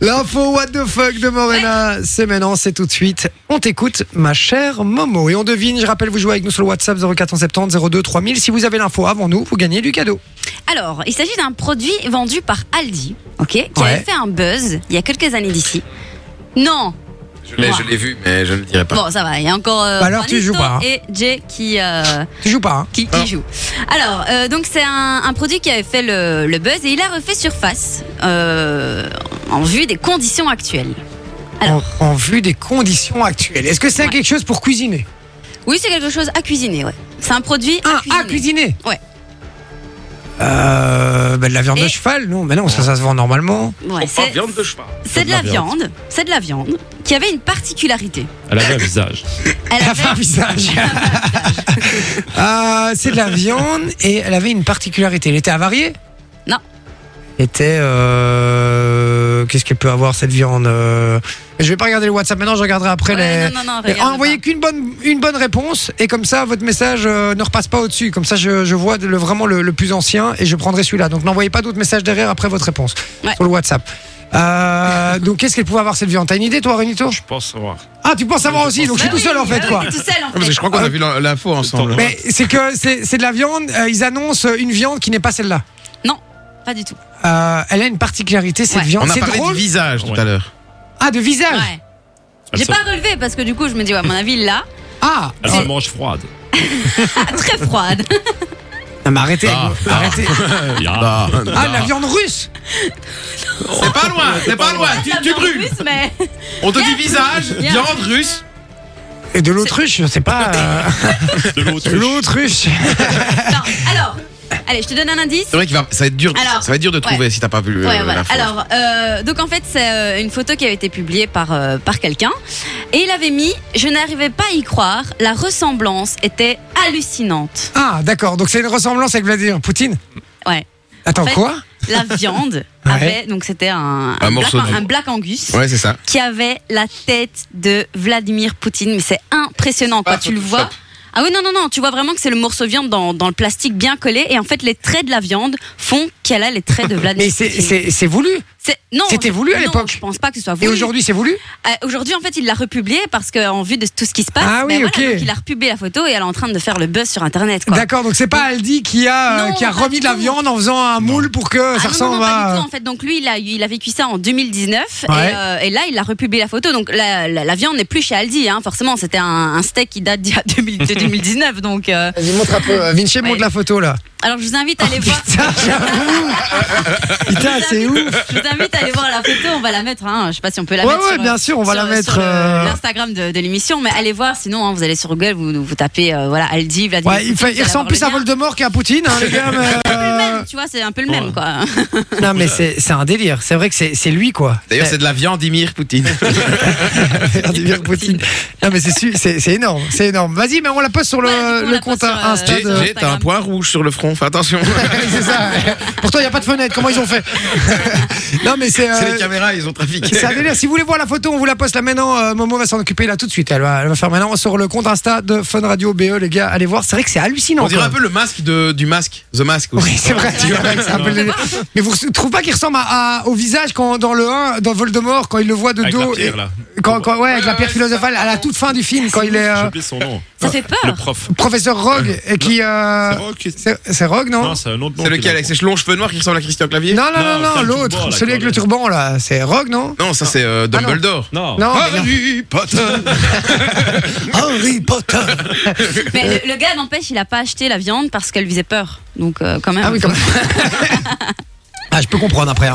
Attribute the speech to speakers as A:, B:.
A: L'info What the fuck de Morena, c'est maintenant, c'est tout de suite. On t'écoute, ma chère Momo. Et on devine, je rappelle, vous jouez avec nous sur le WhatsApp 0470 02 3000. Si vous avez l'info avant nous, vous gagnez du cadeau.
B: Alors, il s'agit d'un produit vendu par Aldi, ok, qui avait
A: Ouais.
B: fait un buzz il y a quelques années d'ici. Non.
C: Je l'ai, je l'ai vu, mais je ne le dirai pas.
B: Bon, ça va. Il y a encore. euh,
A: Bah alors, tu
B: Juanito
A: joues pas, hein.
B: Et Jay qui. euh,
A: Tu joues pas, hein
B: qui, qui joue. Alors, euh, donc c'est un, un produit qui avait fait le, le buzz et il a refait surface euh, en vue des conditions actuelles. Alors.
A: en, en vue des conditions actuelles. Est-ce que c'est
B: Ouais.
A: quelque chose pour cuisiner
B: Oui, c'est quelque chose à cuisiner, ouais. C'est un produit à
A: Ah,
B: cuisiner.
A: à cuisiner
B: Ouais.
A: Euh, bah, de la viande de
B: Et-
A: cheval, non Mais non, ça, ça se vend normalement.
B: Ouais, c'est,
C: Oh, viande de cheval.
B: c'est de la viande, c'est de la viande qui avait une particularité.
D: Elle avait un visage.
B: Elle
A: Elle
B: avait-
A: avait un visage. Ah, c'est de la viande et elle avait une particularité. Elle était avariée
B: Non.
A: Elle était. euh, Qu'est-ce qu'elle peut avoir cette viande euh, Je vais pas regarder le WhatsApp maintenant, je regarderai après
B: Ouais,
A: les.
B: non, non, non,
A: Et
B: regarde
A: envoyez
B: pas.
A: qu'une bonne, une bonne réponse et comme ça votre message euh, ne repasse pas au-dessus. Comme ça je, je vois le, vraiment le, le plus ancien et je prendrai celui-là. Donc n'envoyez pas d'autres messages derrière après votre réponse
B: Ouais.
A: sur le WhatsApp. Euh, donc qu'est-ce qu'elle pouvait avoir cette viande T'as une idée toi Renito
D: Je pense savoir.
A: Ah tu penses avoir aussi, donc je suis
B: Ah
A: tout
B: oui,
A: seul en
B: ah
A: fait
B: oui,
A: quoi.
B: t'es tout seul en
C: parce
B: fait.
C: que je crois qu'on a vu l'in- Euh, l'info ensemble.
A: Mais c'est que c'est c'est de la viande, euh, ils annoncent une viande qui n'est pas celle-là.
B: Non, pas du tout.
A: Euh, elle a une particularité cette
B: Ouais.
A: viande,
C: On a
A: c'est
C: parlé
A: drôle.
C: du visage tout
D: Ouais.
C: à l'heure.
A: Ah de visage.
B: Ouais.
D: Elle
C: Ah,
B: J'ai
D: se-
B: pas relevé parce que du coup, je me dis, ouais, à mon avis, là,
A: Ah,
D: Elle
A: c'est-
D: se mange froide.
B: très froide.
A: Non, mais arrêtez,
C: Ah. Bah,
A: arrêtez.
D: Ya.
A: Ah, de la viande russe.
C: C'est pas loin, c'est pas loin. Tu,
B: La
C: tu
B: viande
C: brûles.
B: russe, mais
C: On te dit visage,
B: Bien.
C: viande russe.
A: Et de l'autruche, je sais pas. euh,
D: De l'autruche.
A: L'autruche.
B: non. Alors, allez, je te donne un indice.
C: C'est vrai que ça va être dur.
B: Alors,
C: ça va être dur de trouver
B: ouais.
C: si t'as pas vu euh,
B: Ouais, voilà.
C: l'info.
B: Alors, euh, donc en fait, c'est euh, une photo qui avait été publiée par, euh, par quelqu'un. Et il avait mis Je n'arrivais pas à y croire, la ressemblance était hallucinante.
A: Ah, d'accord. Donc c'est une ressemblance avec Vladimir Poutine.
B: Ouais.
A: Attends,
B: En fait-
A: quoi
B: La viande
A: Ouais.
B: avait, donc c'était un,
C: Un
B: black,
C: morceau de-
B: un black Angus.
C: Ouais, c'est ça.
B: Qui avait la tête de Vladimir Poutine. Mais c'est impressionnant
C: pas
B: quand tu le
C: Photoshop.
B: vois. Ah oui, non, non, non, tu vois vraiment que c'est le morceau de viande dans, dans le plastique bien collé. Et en fait, les traits de la viande font qu'elle a les traits de Vladimir
A: Mais c'est-
B: Poutine.
A: c'est c'est voulu.
B: C'est- non,
A: C'était voulu à
B: non,
A: l'époque.
B: Je pense pas que ce soit voulu.
A: Et aujourd'hui, c'est voulu
B: Euh, Aujourd'hui, en fait, il l'a republié parce qu'en vue de tout ce qui se passe,
A: Ah oui,
B: ben voilà,
A: ok.
B: donc il a republié la photo et elle est en train de faire le buzz sur Internet. Quoi.
A: D'accord, donc c'est pas Aldi qui a, euh,
B: Non,
A: qui a
B: pas
A: remis
B: du
A: de la
B: tout.
A: viande en faisant un moule pour que ça
B: Ah non, non, non,
A: ressemble
B: pas
A: à.
B: du tout, en fait. Donc lui, il a, il a vécu ça en 2019
A: Ouais.
B: et, euh, et là, il a republié la photo. Donc la, la- la viande n'est plus chez Aldi, hein, forcément. C'était un, un steak qui date d'il y a 2000 de 2019. Donc, euh,
A: Vas-y, montre un peu. euh, Vinci, montre
B: Ouais.
A: la photo là.
B: alors, je vous invite à aller voir.
A: Putain, j'avoue. Ah, Putain, c'est ouf.
B: Je vous invite à aller voir la photo. On va la mettre. Hein. Je sais pas si on peut la
A: Ouais,
B: mettre.
A: ouais,
B: sur,
A: bien sûr, on va
B: sur-
A: la mettre,
B: sur le-
A: euh,
B: l'Instagram de, de l'émission. Mais allez voir. Sinon, hein, vous allez sur Google, vous, vous tapez euh, voilà Aldi, Vladimir.
A: Ouais, il, fait-
B: Poutine,
A: il
B: vous allez avoir
A: ressemble plus
B: le
A: à
B: lien.
A: Voldemort qu'à Poutine, hein, les gars. mais,
B: peu le
A: euh,
B: même, tu vois, c'est un peu le même, quoi.
A: Non, mais c'est c'est un délire. C'est vrai que c'est c'est lui, quoi.
C: D'ailleurs, c'est de la viande Imir Poutine.
A: Vladimir Poutine. Non, mais c'est su- c'est c'est énorme. C'est énorme. Vas-y, mais on la poste sur le,
B: Ouais, du coup, on
A: le
B: la
A: compte
B: poste sur, euh,
A: Insta.
C: J'ai-
A: de-
C: j'ai- T'as un point rouge sur le front, fais attention.
A: c'est ça. Pourtant, il n'y a pas de fenêtre. Comment ils ont fait Non, mais c'est. euh,
C: C'est les caméras, ils ont trafiqué.
A: c'est un délire. Si vous voulez voir la photo, on vous la poste là maintenant. Euh, Momo va s'en occuper là tout de suite. Elle va, elle va faire maintenant sur le compte Insta de Fun Radio BE, les gars. Allez voir. C'est vrai que c'est hallucinant.
C: On dirait
A: quoi.
C: un peu le masque de, du masque, The Mask.
A: Oui,
C: Aussi.
A: c'est vrai. tu vois, c'est un peu le- Mais vous ne trouvez pas qu'il ressemble à- à- au visage quand, dans le 1, dans Voldemort, quand il le voit de
D: Avec la
A: dos
D: pierre,
A: et-
D: là.
A: Quand, quand- ouais, avec la pierre
C: ouais,
A: philosophale, à la toute fin du film, quand il est
D: J'ai
A: euh,
D: oublié son nom.
B: Ça fait
D: Le
B: peur.
D: prof.
A: professeur Rogue et qui. euh,
D: C'est Rogue qui-
A: c'est c'est Rogue, non
D: Non, c'est un autre
C: C'est
D: nom. qu'il
C: lequel
D: a.
C: avec ses longs cheveux noirs qui ressemble à Christian Clavier
A: Non, non, non,
D: Non,
A: non,
D: c'est le
A: l'autre,
D: turban, là,
A: celui avec
D: quand
A: le
D: il-
A: turban, là. C'est Rogue, non
C: Non, ça c'est
B: Ah
C: euh, Dumbledore.
A: Non,
D: Non.
A: mais non.
C: Harry Potter
A: Harry Potter
B: Mais le, le gars, n'empêche, il a pas acheté la viande parce qu'elle faisait peur. Donc, euh, quand même.
A: Ah oui, comme Ah, je peux comprendre après. hein.